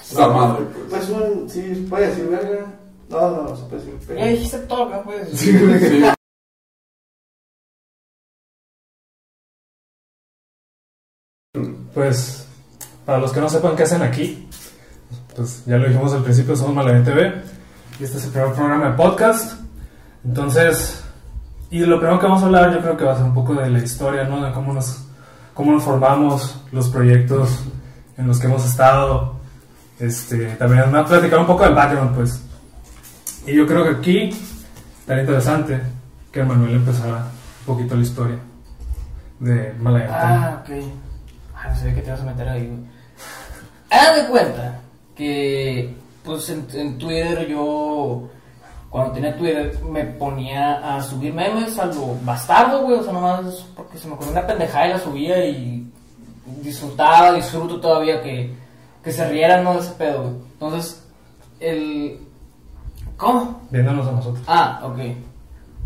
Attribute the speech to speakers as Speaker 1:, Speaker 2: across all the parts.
Speaker 1: Esa madre, pues.
Speaker 2: Pues un. Sí, puede decir verga. No, no, no se puede decir
Speaker 3: Ya
Speaker 2: verga.
Speaker 3: dijiste todo, ¿no? Pues.
Speaker 1: Sí, güey. Sí.
Speaker 4: Pues, para los que no sepan qué hacen aquí, pues ya lo dijimos al principio, somos Malevin TV. Y este es el primer programa de podcast. Entonces, y lo primero que vamos a hablar, yo creo que va a ser un poco de la historia, ¿no? De cómo nos, cómo nos formamos, los proyectos en los que hemos estado. Este, también vamos a platicar un poco del background, pues. Y yo creo que aquí estaría interesante que Manuel empezara un poquito la historia de Malevin TV.
Speaker 3: Ah, ok. Ah, no sabía que te ibas a meter ahí, güey. Haz de cuenta que, pues en, en Twitter yo, cuando tenía Twitter, me ponía a subir memes a lo bastardo, güey. O sea, nomás porque se me ocurrió una pendejada y la subía y disfrutaba, disfruto todavía que, que se rieran, ¿no? De ese pedo, güey. Entonces, el. ¿Cómo?
Speaker 4: viéndonos a nosotros.
Speaker 3: Ah, ok.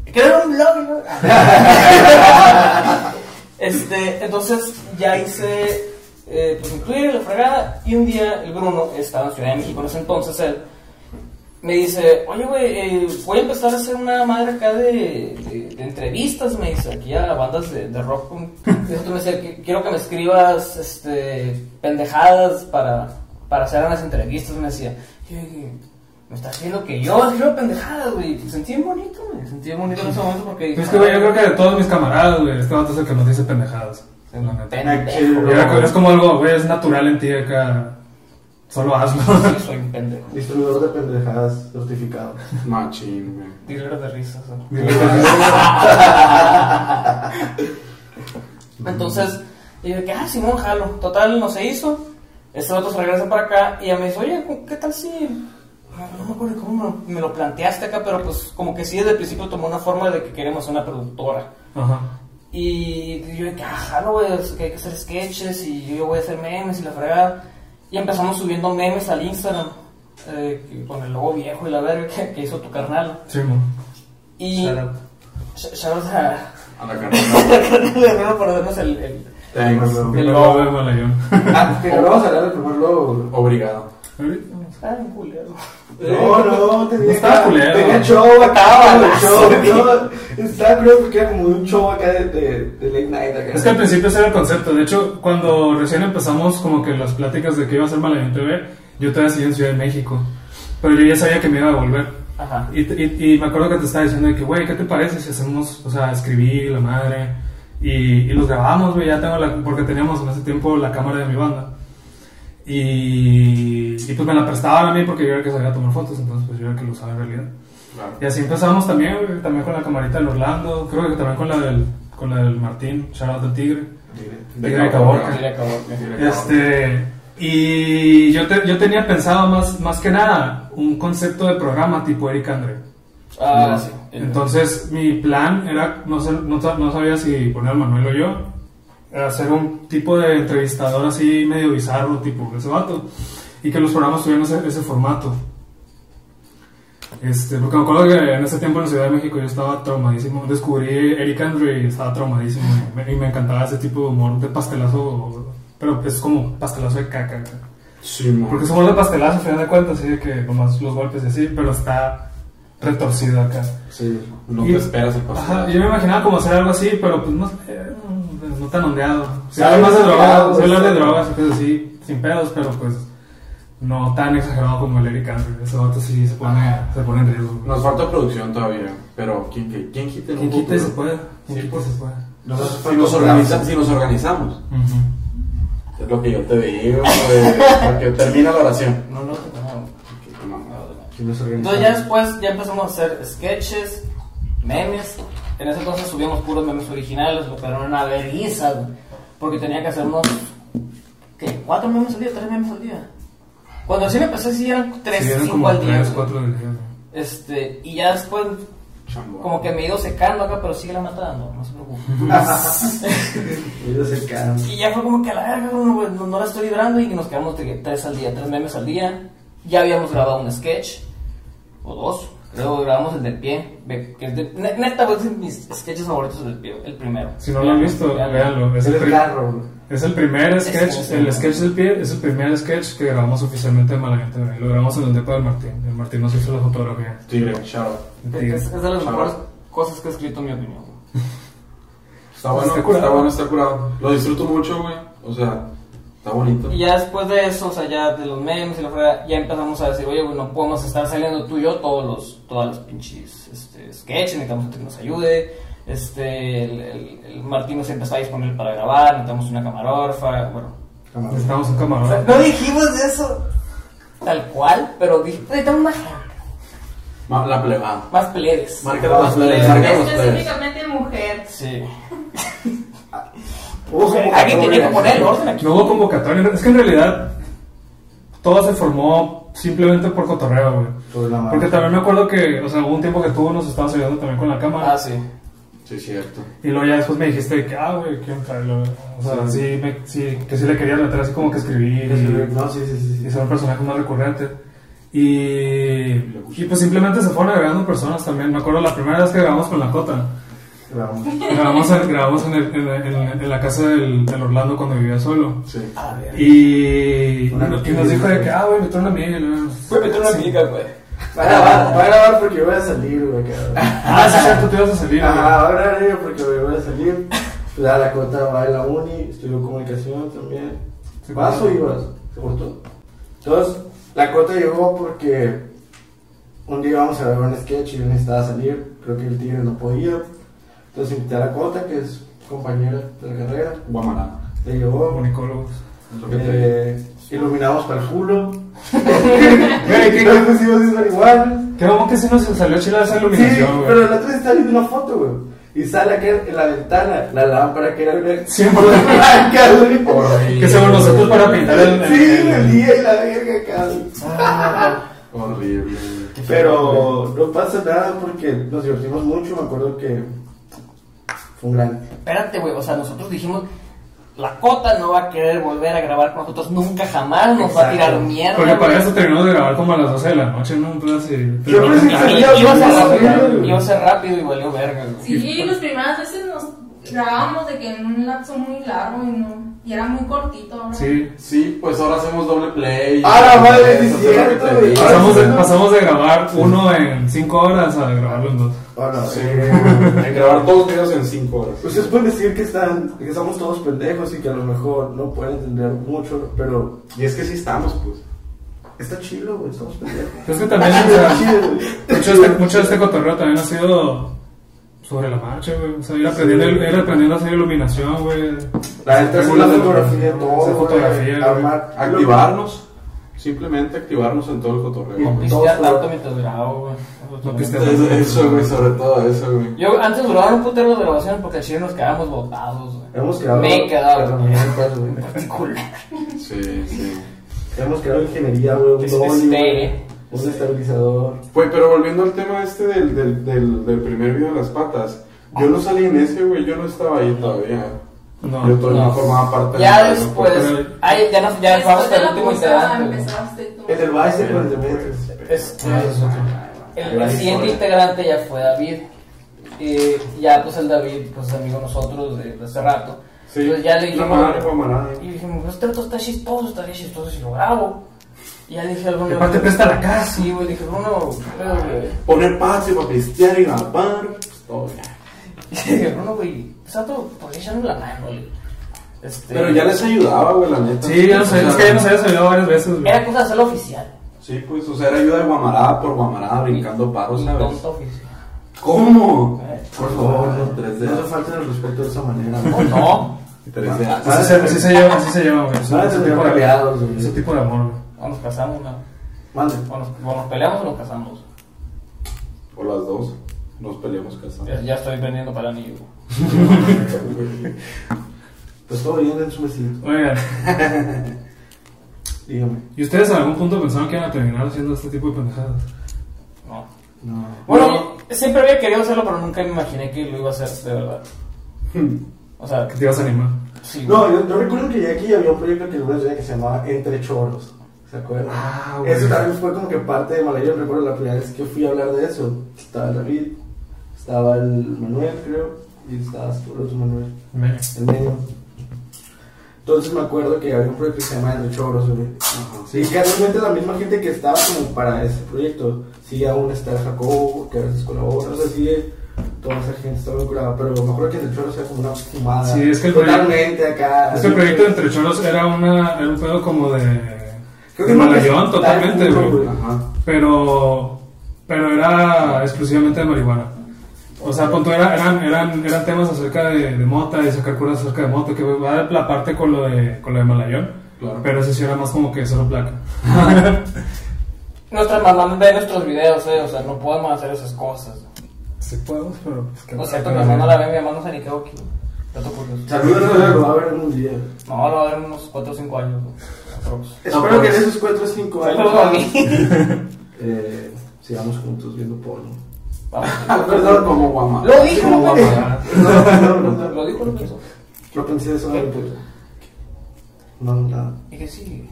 Speaker 3: Que era un blog, ¿no? Ah, este, entonces ya hice eh, pues, un Twitter, la fregada, y un día el Bruno estaba en Ciudad de México en ese entonces, él me dice, oye, güey, eh, voy a empezar a hacer una madre acá de, de- de entrevistas, me dice, aquí a bandas de, de rock. Entonces tú me dice, "Qui- quiero que me escribas este, pendejadas para, para hacer unas entrevistas, me decía. Y yo dije, me está haciendo que yo escribo pendejadas, güey. Y Sentí bien bonito, me sentí bien bonito en ese momento porque... dije,
Speaker 4: Pues es que, güey, yo creo que de todos mis camaradas, güey, este vato es el que nos dice pendejadas.
Speaker 3: "Ah,
Speaker 4: la neta.
Speaker 3: Pendejo.
Speaker 4: Yo creo que Es como algo, güey, es natural en ti acá. Solo hazlo.
Speaker 3: Sí, soy un pendejo.
Speaker 2: Distribuidor de pendejadas certificado.
Speaker 1: Machín, güey.
Speaker 3: Dealer de risas. ¿no? Entonces, y yo que, ah, Simón, jalo. Total, no se hizo. Este otro se regresa para acá y ella me dice, oye, ¿con- ¿qué tal si.? Ah, No me acuerdo cómo me lo- me lo planteaste acá, pero pues como que sí desde el principio tomó una forma de que queremos una productora.
Speaker 4: Ajá.
Speaker 3: Y yo dije, ah, jalo, güey, es que hay que hacer sketches y yo voy a hacer memes y la fregada. Y empezamos subiendo memes al Instagram eh, que- con el logo viejo y la verga que, que hizo tu carnal.
Speaker 4: Sí, mo.
Speaker 3: Y.
Speaker 4: Shout out.
Speaker 3: Sh- shout out a-
Speaker 1: A la carnal.
Speaker 3: al carnal de Bruno por darnos el- el,
Speaker 1: Thanks.
Speaker 4: Que luego vemos la guión.
Speaker 2: Ah, pero vamos a hablar del primer logo.
Speaker 1: Obrigado.
Speaker 4: Ahorita.
Speaker 3: Ah, un culero.
Speaker 2: No, no, tenía.
Speaker 4: Estaba culero.
Speaker 2: Tenía show,
Speaker 3: Estaba
Speaker 2: acá, show.
Speaker 3: balazo.
Speaker 2: no. Estaba creo porque era como un show acá de, de, de Late Night. Acá.
Speaker 4: Es que al principio ese era el concepto. De hecho, cuando recién empezamos como que las pláticas de que iba a ser Malavim TV, yo todavía seguía en Ciudad de México. Pero yo ya sabía que me iba a volver.
Speaker 3: Ajá.
Speaker 4: Y, y- y me acuerdo que te estaba diciendo de que, güey, ¿qué te parece si hacemos, o sea, escribí la madre? Y, y los grabamos, güey, ya tengo la, porque teníamos en ese tiempo la cámara de mi banda. Y, y pues me la prestaban a mí porque yo era el que sabía tomar fotos, entonces pues yo era el que lo usaba en realidad.
Speaker 1: Claro.
Speaker 4: Y así empezamos también, güey, también con la camarita del Orlando, creo que también con la del, con la del Martín, shout out del Tigre. Tigre de Caborca.
Speaker 3: Mira, cabrón.
Speaker 4: Este, y yo, te- yo tenía pensado más, más que nada un concepto de programa tipo Eric Andre.
Speaker 3: Ah, sí.
Speaker 4: Entonces, mi plan era, no, sé- no, sa- no sabía si poner a Manuel o yo, era hacer un tipo de entrevistador así medio bizarro, tipo ese vato, y que los programas tuvieran ese, ese formato. Este, porque me acuerdo que en ese tiempo en Ciudad de México yo estaba traumadísimo, descubrí Eric Andre y estaba traumadísimo, y me, y me encantaba ese tipo de humor de pastelazo, pero es como pastelazo de caca. caca.
Speaker 1: Simón.
Speaker 4: Porque somos de pastelazo, al final de cuentas, así de que nomás los golpes y así, pero está retorcido acá.
Speaker 2: Sí.
Speaker 1: No te esperas el pasado.
Speaker 4: Ajá, yo me imaginaba como hacer algo así, pero pues no, sé, no tan ondeado. Sí,
Speaker 2: ¿Sabes?
Speaker 4: además de drogas,
Speaker 2: Claro,
Speaker 4: sí, hablar de
Speaker 2: sí.
Speaker 4: drogas y cosas así, sin pedos, pero pues no tan exagerado como el Eric Andre. Ese vato sí se pone, se pone en riesgo.
Speaker 1: Nos falta producción todavía, pero ¿quién, qué- quién quita en un
Speaker 4: Quien quite se
Speaker 1: futuro?
Speaker 4: puede. Quien
Speaker 1: Sí,
Speaker 4: quite
Speaker 1: pues.
Speaker 4: se puede.
Speaker 2: Nosotros
Speaker 1: Si nos, organiza- si nos organizamos,
Speaker 4: Ujú.
Speaker 1: es lo que yo te digo, güey, porque termina la oración.
Speaker 3: No, no, no.
Speaker 1: No,
Speaker 2: Si nos organizamos.
Speaker 3: Entonces ya después ya empezamos a hacer sketches, memes. En ese entonces subíamos puros memes originales, lo que era una vergüenza, güey. porque tenía que hacer unos ¿qué? cuatro memes al día, tres memes al día. Cuando recién empecé sí eran tres,
Speaker 4: Sí, eran
Speaker 3: cinco
Speaker 4: como
Speaker 3: al día.
Speaker 4: tres,
Speaker 3: güey.
Speaker 4: cuatro del día. güey.
Speaker 3: Este, y ya después
Speaker 1: chambón.
Speaker 3: como que me he ido secando acá, pero sigue la matando, no se preocupe.
Speaker 2: Ellos se quedan.
Speaker 3: Y ya fue como que a la verga, Bruno, güey, no, no la estoy librando y nos quedamos de que tres al día, tres memes al día. Ya habíamos grabado un sketch, o dos. Luego grabamos el del pie, de- que es de- ne- neta, güey, es de mis sketches favoritos del pie, el primero.
Speaker 4: Si no lo han visto,
Speaker 3: Ya,
Speaker 4: véanlo.
Speaker 2: Es
Speaker 4: Es el
Speaker 2: el
Speaker 4: pri-
Speaker 2: carro. güey.
Speaker 4: Es el primer sketch,
Speaker 3: Es-
Speaker 4: el sketch del pie es el primer sketch que grabamos oficialmente en Malagueta. güey. Lo grabamos en el depa del Martín. El Martín nos hizo la fotografía.
Speaker 1: Tigre, chao.
Speaker 4: El
Speaker 3: Es,
Speaker 4: tigre.
Speaker 3: es- es de las mejores cosas que he escrito, en mi opinión.
Speaker 1: Está bueno,
Speaker 4: Está
Speaker 1: está,
Speaker 4: curado.
Speaker 1: bueno, está curado. Lo disfruto mucho, güey. O sea, está bonito.
Speaker 3: Y ya después de eso, o sea, ya de los memes y la fregada, ya empezamos a decir, oye, güey, no podemos estar saliendo tú y yo todos los, todas las pinches este, sketches, necesitamos gente que nos ayude. Este, el, el, el Martín no siempre está disponible para grabar, necesitamos una camarógrafa, bueno.
Speaker 4: Necesitamos un camarón.
Speaker 3: No dijimos eso tal cual, pero dij- necesitamos más gente,
Speaker 1: Ma- la ah, plebada.
Speaker 3: más plebes.
Speaker 1: Marca los plebes, marca los
Speaker 5: Este
Speaker 1: plebes.
Speaker 5: Específicamente mujer.
Speaker 3: Sí.
Speaker 2: Hubo como
Speaker 3: Alguien tenía que
Speaker 2: catorce.
Speaker 3: poner el orden aquí.
Speaker 4: No hubo convocatoria. Es que en realidad todo se formó simplemente por cotorreo, güey.
Speaker 2: Pues la madre.
Speaker 4: Porque también me acuerdo que, o sea, hubo un tiempo que tú nos estabas ayudando también con la cámara.
Speaker 3: Ah, sí.
Speaker 1: Sí, cierto.
Speaker 4: Y luego ya después me dijiste que, ah, güey, quiero traerlo. O sea,
Speaker 2: Sí.
Speaker 4: sí, me- sí, que sí le querías meter así como que escribir. y-
Speaker 2: No, sí, sí, sí, sí.
Speaker 4: y son personajes más recurrentes. Y, y pues simplemente se fueron agregando personas también. Me acuerdo la primera vez que grabamos con la Cota.
Speaker 2: Vamos.
Speaker 4: Grabamos, en, grabamos en, el- en la- en la- en la casa del, del Orlando cuando vivía solo.
Speaker 1: Sí.
Speaker 3: A ver.
Speaker 4: Y, y
Speaker 2: Una
Speaker 4: nos
Speaker 2: amiga.
Speaker 4: dijo de que, ah, güey, me trae una amiga. y luego,
Speaker 3: Fue meter una amiga, güey.
Speaker 2: Va a grabar, va a grabar porque voy a salir, güey. cabrón.
Speaker 4: Ah, sí, cierto, tú ibas a salir. güey.
Speaker 2: Ajá, ahora digo porque voy a salir. Pues a la cuenta va a la uni, estudio comunicación también.
Speaker 4: Sí,
Speaker 2: ¿Vas o
Speaker 4: claro.
Speaker 2: ibas? ¿Te gustó? Entonces, la cuota llegó porque un día íbamos a grabar un sketch y yo necesitaba salir. Creo que el tigre no podía. Entonces invité a la cuota, que es compañera de la carrera.
Speaker 1: Guamanana.
Speaker 2: Le llevó.
Speaker 4: Comunicólogos.
Speaker 1: Es lo que te digo.
Speaker 2: eh, iluminamos para el culo.
Speaker 4: Güey,
Speaker 2: Y
Speaker 4: qué-
Speaker 2: nos pusimos igual.
Speaker 4: Qué bueno que sí nos salió chila esa
Speaker 2: Sí,
Speaker 4: iluminación,
Speaker 2: pero
Speaker 4: güey.
Speaker 2: el otro día está viendo una foto, güey. Y sale acá en la ventana la lámpara que era una
Speaker 4: Siempre.
Speaker 2: blanca, güey.
Speaker 1: Horrible.
Speaker 4: Que según nosotros para pintar el.
Speaker 2: Sí, el día y la verga, cabrón.
Speaker 1: Horrible.
Speaker 2: Pero no pasa nada porque nos divertimos mucho. Me acuerdo que fue un gran.
Speaker 3: Espérate, güey, o sea, nosotros dijimos, la cota no va a querer volver a grabar con nosotros nunca jamás, nos va
Speaker 2: Exacto.
Speaker 3: a tirar mierda.
Speaker 4: Porque para
Speaker 3: güey.
Speaker 4: eso terminamos de grabar como a las 12 de la noche, ¿no? Un plan así.
Speaker 2: Yo pensé que
Speaker 3: Y- y-
Speaker 2: Ya,
Speaker 3: Iba a
Speaker 2: ya,
Speaker 3: ser
Speaker 2: ya,
Speaker 3: rápido,
Speaker 2: ya.
Speaker 3: iba a ser rápido y valió verga, güey.
Speaker 5: Sí, las primeras veces nos grabábamos de que en un lapso muy largo y no. Y era muy cortito, ¿no?
Speaker 4: Sí.
Speaker 1: Sí, pues ahora hacemos doble play.
Speaker 2: Ah, la madre, sí,
Speaker 1: Eso es lo que
Speaker 2: cierto,
Speaker 1: te
Speaker 2: güey.
Speaker 1: digo.
Speaker 4: Pasamos de, pasamos de grabar uno en 5 horas a grabarlo en dos.
Speaker 2: Hola,
Speaker 1: Sí. En grabar dos videos en cinco horas.
Speaker 2: Eh, Ustedes pueden decir que están, que somos todos pendejos y que a lo mejor no pueden entender mucho, pero
Speaker 1: Y es que sí estamos, pues.
Speaker 2: está chido, güey, estamos pendejos.
Speaker 4: Es que también, o
Speaker 2: Está
Speaker 4: sea,
Speaker 2: chido, güey.
Speaker 4: mucho, de este, mucho de este cotorreo también ha sido sobre la marcha, güey. O sea, ir aprendiendo, ir aprendiendo a hacer iluminación, güey.
Speaker 2: La neta es
Speaker 4: Hacer
Speaker 2: una fotografía, todo.
Speaker 4: Hacer
Speaker 2: güey.
Speaker 4: fotografía, güey.
Speaker 2: Armar-
Speaker 1: Activarnos. Simplemente activarnos en todo el cotorreo.
Speaker 3: No pistear tanto mientras grababa, güey.
Speaker 4: No pistear.
Speaker 1: Eso, eso, güey, sobre todo eso, güey.
Speaker 3: Yo antes duraba un putero de grabación porque al chile nos quedábamos botados, güey.
Speaker 2: Hemos creado.
Speaker 3: Me he quedado, güey.
Speaker 2: herramientas, güey.
Speaker 3: En particular.
Speaker 1: Sí, sí.
Speaker 2: Hemos creado ingeniería, güey. Un
Speaker 3: Es-
Speaker 2: dolly, güey,
Speaker 3: este.
Speaker 2: Un estabilizador.
Speaker 1: Güey, pero volviendo al tema este del, del, del, del primer video de las patas. Yo no salí en ese, güey. Yo no estaba ahí todavía.
Speaker 4: No.
Speaker 1: yo todavía no
Speaker 3: no.
Speaker 1: formaba parte
Speaker 3: Ya
Speaker 1: del-
Speaker 3: después,
Speaker 4: pero-
Speaker 3: ay, ya nos, ya vamos
Speaker 5: Después de
Speaker 3: al
Speaker 5: la
Speaker 3: último
Speaker 5: posada
Speaker 3: integrante. güey.
Speaker 5: empezaste tú.
Speaker 2: El del Vice, pero el pues, de Metro.
Speaker 3: Este,
Speaker 4: Ah, eso es otro.
Speaker 3: El, el siguiente integrante ya fue David. Y ya, pues el David, pues es amigo de nosotros de, de hace rato.
Speaker 1: Sí.
Speaker 3: Entonces ya le
Speaker 1: No,
Speaker 3: dijimos.
Speaker 1: no, no, no,
Speaker 3: y dijimos, este trato está chistoso, estaría chistoso si lo grabo. Y ya le dije al Bruno.
Speaker 4: Y aparte presta la casa.
Speaker 3: Sí, güey, le dije, Bruno, pero, güey.
Speaker 1: Poner pase para pistear y grabar. Pues todo, ya.
Speaker 3: Y le dije, Bruno, güey, pues, Sato, podría echarme la mano, güey. Este,
Speaker 1: Pero ya les ayudaba, güey, la neta.
Speaker 4: Sí, ya no sé,
Speaker 1: O
Speaker 4: es
Speaker 1: sea,
Speaker 4: que ya nos había salido varias veces, güey.
Speaker 3: Era cosa de hacerlo oficial.
Speaker 1: Sí, pues, o sea, era ayuda de guamarada por guamarada, brincando paros, ¿sabes?
Speaker 3: Tonto oficial.
Speaker 1: ¿Cómo?
Speaker 3: Eh,
Speaker 1: Por favor, los tres
Speaker 2: No se
Speaker 1: dedos.
Speaker 2: falten el respeto de esa manera.
Speaker 3: No, pues, no.
Speaker 1: Tres
Speaker 2: Ah,
Speaker 1: dedos.
Speaker 4: Así se, así se lleva, así se lleva, güey. Es un-
Speaker 2: No,
Speaker 4: es un tipo de-
Speaker 2: peleados, güey.
Speaker 4: es un tipo de amor, güey.
Speaker 3: O nos casamos, ¿no?
Speaker 2: Mande.
Speaker 3: O nos, o nos peleamos o nos casamos.
Speaker 1: O las dos. Nos peleamos casados.
Speaker 3: Ya, ya estoy vendiendo para el anillo, güey.
Speaker 2: Pues todo bien en su vecino.
Speaker 4: Oigan,
Speaker 2: Dígame.
Speaker 4: ¿y ustedes en algún punto pensaron que iban a terminar haciendo este tipo de pendejadas?
Speaker 3: No.
Speaker 2: No.
Speaker 3: Bueno, siempre había querido hacerlo, pero nunca me imaginé que lo iba a hacer, de verdad. O sea,
Speaker 4: Que te ibas a animar.
Speaker 3: sí. güey.
Speaker 2: No, yo, yo recuerdo que ya aquí había un proyecto que alguna vez veía que se llamaba Entre Choros. ¿Se acuerdan?
Speaker 4: Ah, güey.
Speaker 2: eso también fue como que parte de Malaya. Yo recuerdo la primera vez que fui a hablar de eso. Estaba el David, estaba el Manuel, creo, y estabas tú, el otro Manuel.
Speaker 4: Me-
Speaker 2: El medio. Entonces me acuerdo que había un proyecto que se llama Entre Choros, güey. Sí, que realmente la misma gente que estaba como para ese proyecto. Sí, aún está el Jacobo, que a veces colabora, o sea, sí, toda esa gente estaba vinculada. Pero me acuerdo que Entre Choros era como una fumada.
Speaker 4: Sí, es que el proyecto-
Speaker 2: Totalmente acá.
Speaker 4: Este
Speaker 2: así,
Speaker 4: proyecto de
Speaker 2: güey.
Speaker 4: entre cholos era, una, era un pedo como de.
Speaker 2: Creo
Speaker 4: de
Speaker 2: que no
Speaker 4: malayón,
Speaker 2: es-
Speaker 4: totalmente,
Speaker 2: tal cual,
Speaker 4: güey.
Speaker 2: güey.
Speaker 1: Ajá.
Speaker 4: Pero. Pero era exclusivamente de marihuana. O sea, punto, era, eran, eran, eran temas acerca de, de mota, de sacar curas acerca de mota, que va la parte con lo de, con lo de Malayón.
Speaker 1: Claro.
Speaker 4: Pero eso sí era más como que solo placa.
Speaker 3: Nuestra mamá ve nuestros videos, eh, o sea, no podemos hacer esas cosas.
Speaker 4: Sí podemos, pero... Pues, que
Speaker 3: Lo cierto, mi mamá no la ve, mi mamá no se ni quedó aquí. Dato curioso.
Speaker 2: Saludos, lo va a ver en un día.
Speaker 3: No, lo va a ver en unos 4 o 5 años. ¿no? Aprox.
Speaker 2: Espero
Speaker 4: pues.
Speaker 2: que en esos 4 o 5
Speaker 3: Saludos a
Speaker 2: años
Speaker 3: mí.
Speaker 2: eh, sigamos juntos viendo porno.
Speaker 3: Vamos.
Speaker 1: Ah, Perdón, como guamá.
Speaker 3: Lo dijo,
Speaker 2: Como
Speaker 3: lo pensó.
Speaker 2: mamá. No, no, no,
Speaker 3: Lo
Speaker 2: no.
Speaker 3: dijo, lo pensó.
Speaker 2: Yo pensé eso en el puto. No, nada.
Speaker 3: Y que sí.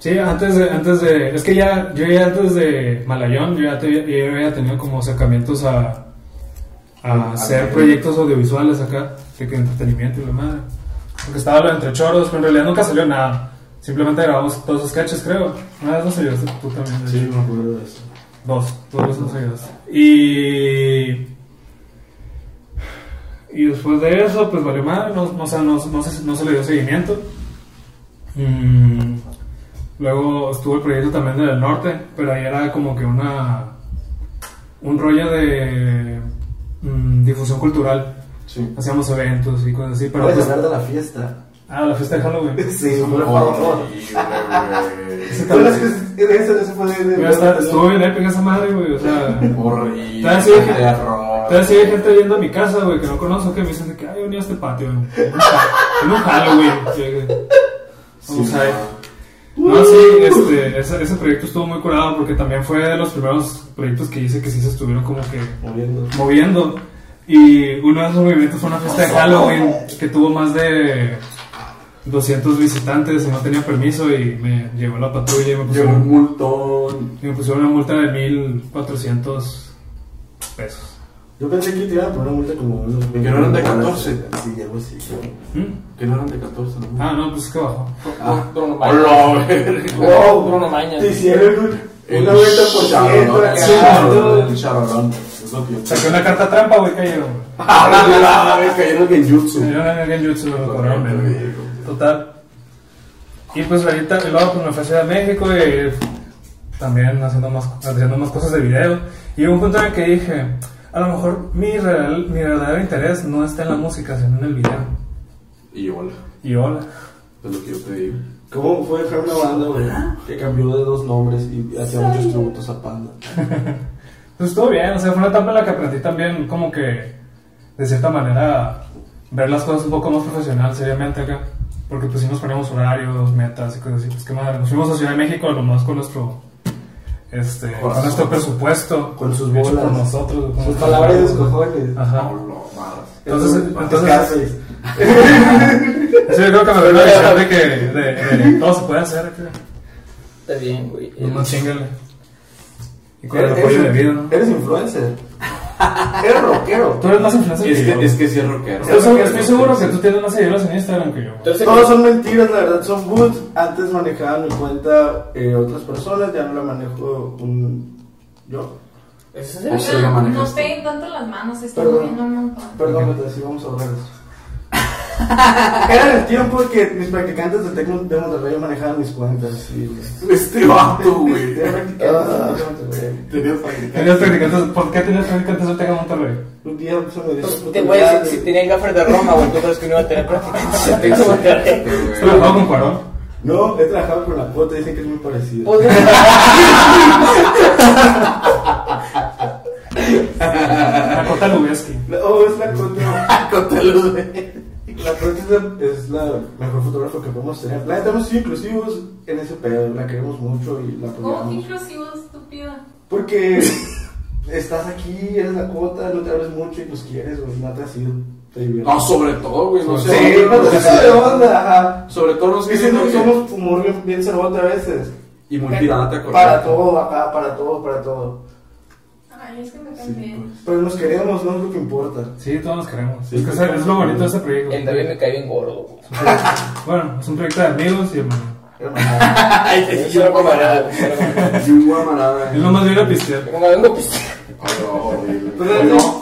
Speaker 4: Sí, antes de, antes de... Es que ya, yo ya antes de Malayón, yo ya, te- yo ya había tenido como acercamientos a, a hacer proyectos audiovisuales acá, de que entretenimiento y la madre. Porque estaba lo de entre choros, pero en realidad nunca salió nada. Simplemente grabamos todos los sketches, creo. Ah, Una vez nos ayudaste tú también. de hecho.
Speaker 2: me acuerdo de eso.
Speaker 4: Dos, dos veces nos ayudaste. Y... Y después de eso, pues valió madre, no, no, o sea, no- no se, no se le dio seguimiento. Mm, Luego estuvo el proyecto también del norte, pero ahí era como que una... Un rollo de mm, difusión cultural.
Speaker 1: Sí.
Speaker 4: Hacíamos eventos y cosas así, pero...
Speaker 2: Puedes
Speaker 4: pues-
Speaker 2: hablar de la fiesta.
Speaker 4: ah, la fiesta de Halloween.
Speaker 2: Sí, por favor.
Speaker 1: Horrible.
Speaker 2: Todas las cosas- Eso eso fue de-
Speaker 4: Mira, está- estuvo bien épica esa madre, güey, o sea...
Speaker 1: Horrible.
Speaker 4: Todavía sigue gente-
Speaker 1: Terror.
Speaker 4: Entonces sí hay gente viendo a mi casa, güey, que no conozco, que me dicen de que, ay, yo venía a este patio, en un pa- en un Halloween. Y yo de-
Speaker 1: Sí,
Speaker 4: Vamos a ver.
Speaker 1: no.
Speaker 4: No, sí, este, ese, ese proyecto estuvo muy curado porque también fue de los primeros proyectos que hice que sí se estuvieron como que
Speaker 2: Moviendo.
Speaker 4: moviendo. Y uno de esos movimientos fue una fiesta de Halloween que tuvo más de 200 visitantes y no tenía permiso y me llegó la patrulla y me
Speaker 1: Llegó un
Speaker 4: pusieron,
Speaker 1: multón.
Speaker 4: y me pusieron una multa de 1.400 pesos.
Speaker 2: Yo pensé que te iban a poner una multa como unos
Speaker 1: Que no eran de 14.
Speaker 2: Sí, algo así.
Speaker 4: ¿Mm?
Speaker 1: Que no eran de 14, ¿no?
Speaker 4: Ah, no, pues que bajó.
Speaker 1: Ah.
Speaker 3: Bruno Maña.
Speaker 1: Hola, a ver.
Speaker 3: Wow, Bruno Maña.
Speaker 2: Te hicieron un, un
Speaker 1: El
Speaker 2: 90%
Speaker 1: charolón,
Speaker 2: acá.
Speaker 1: el charolón, el charolón. Es lo que yo
Speaker 4: Saqué una carta trampa, güey, cayeron.
Speaker 1: Ah, güey, cayeron en Jutsu.
Speaker 4: Yo en el Genjutsu lo cobraron, güey. Total. Y pues ahorita, y luego pues me fui a Ciudad de México y también haciendo más, haciendo más cosas de video. Y hubo un punto en el que dije, a lo mejor mi, real, mi verdadero interés no está en la música, sino en el video.
Speaker 1: Y hola.
Speaker 4: Y hola.
Speaker 1: Es lo que yo te digo.
Speaker 2: ¿Cómo fue dejar una banda, güey? Que cambió de dos nombres y hacía muchos tributos a Panda.
Speaker 4: Pues estuvo bien, o sea, fue una etapa en la que aprendí también como que, de cierta manera, ver las cosas un poco más profesional, seriamente acá. Porque pues sí nos poníamos horarios, metas y cosas así. Pues qué madre, nos fuimos a Ciudad de México nomás con nuestro, este, con
Speaker 1: Corazón.
Speaker 4: nuestro presupuesto.
Speaker 2: Con sus
Speaker 4: hecho
Speaker 2: bolas.
Speaker 4: por nosotros. con
Speaker 2: Sus
Speaker 4: nuestras
Speaker 2: palabras de
Speaker 4: bolas.
Speaker 2: sus cojones.
Speaker 4: Ajá. Entonces, entonces,
Speaker 2: Entonces,
Speaker 4: eso yo creo que me veo la visión de que de, de todo se puede hacer acá.
Speaker 3: Está bien, güey.
Speaker 4: No chingale. Y con el apoyo de vida, ¿no?
Speaker 2: Eres influencer. Eres rockero.
Speaker 4: Tú eres más influencer
Speaker 1: Es
Speaker 4: que yo.
Speaker 1: que, es que sí es rockero.
Speaker 4: Yo soy- estoy seguro que tú tienes más seguidores en Instagram que yo. güey.
Speaker 3: Entonces,
Speaker 2: Todos son mentiras, la verdad, son boots. Antes manejaban mi cuenta eh, otras personas, ya no la manejo un... yo.
Speaker 3: ¿es
Speaker 1: O
Speaker 3: ese?
Speaker 1: sea, lo
Speaker 5: no
Speaker 1: manejaste.
Speaker 5: peguen tanto las manos, se está
Speaker 2: Perdón.
Speaker 5: moviendo un montón.
Speaker 2: Perdón, pero sí vamos a hablar de eso. Era el tiempo que mis practicantes de Tecno de Monterrey manejaban mis cuentas. Y,
Speaker 1: Este vato, güey.
Speaker 2: Era practicantes de Tecno de Monterrey.
Speaker 1: Tenías práctica.
Speaker 4: Tenías practicantes- ¿Por qué tenías practicantes de Tega Monterrey?
Speaker 2: Un día se me dio
Speaker 3: Te voy a decir, si tenía el gaffer de Roma, güey, tú sabes que no iba a tener prácticamente.
Speaker 4: ¿Has trabajado con Cuarón?
Speaker 2: No, he trabajado con la foto, dicen que es muy parecido.
Speaker 4: Dakota Lubeski.
Speaker 2: Oh, es la cuota.
Speaker 1: Contalo, güey.
Speaker 2: La cuota es la, es la mejor fotógrafa que podemos tener. La neta, hemos sido inclusivos en ese pedo, la queremos mucho y la
Speaker 5: ¿Cómo que
Speaker 2: apoyamos.
Speaker 5: inclusivo, estúpido?
Speaker 2: Porque estás aquí, eres la cuota, no te hables mucho y pues quieres, güey, no te has ido. Te diviertes.
Speaker 1: No, sobre todo, güey. No
Speaker 2: Sí, pues,
Speaker 1: sé.
Speaker 2: no te sacas de onda, ajá.
Speaker 1: Sobre todo nos
Speaker 2: Diciendo que
Speaker 1: dicen
Speaker 2: somos humor bien, bien cerbota a veces.
Speaker 1: Y muy pirata, correcto.
Speaker 2: Para todo, ajá, para todo, para todo.
Speaker 5: Ay, es que me
Speaker 1: Sí,
Speaker 5: cambié.
Speaker 1: pues.
Speaker 2: Pero nos queremos, no es lo que importa.
Speaker 4: Sí, todos nos queremos.
Speaker 1: Sí,
Speaker 4: es que
Speaker 1: sí,
Speaker 4: es, es lo
Speaker 1: sí.
Speaker 4: bonito de este proyecto.
Speaker 6: El David me cae bien gordo, güey.
Speaker 4: Es un proyecto- Bueno, es un proyecto de amigos y hermano.
Speaker 2: Hermano,
Speaker 6: Ay, que sí, yo lo camarada. yo lo camarada.
Speaker 1: Y un guamarada. Oh,
Speaker 4: Es lo más bien a pistear.
Speaker 6: Vengo, vengo, pues.
Speaker 1: Hoy no, Pues,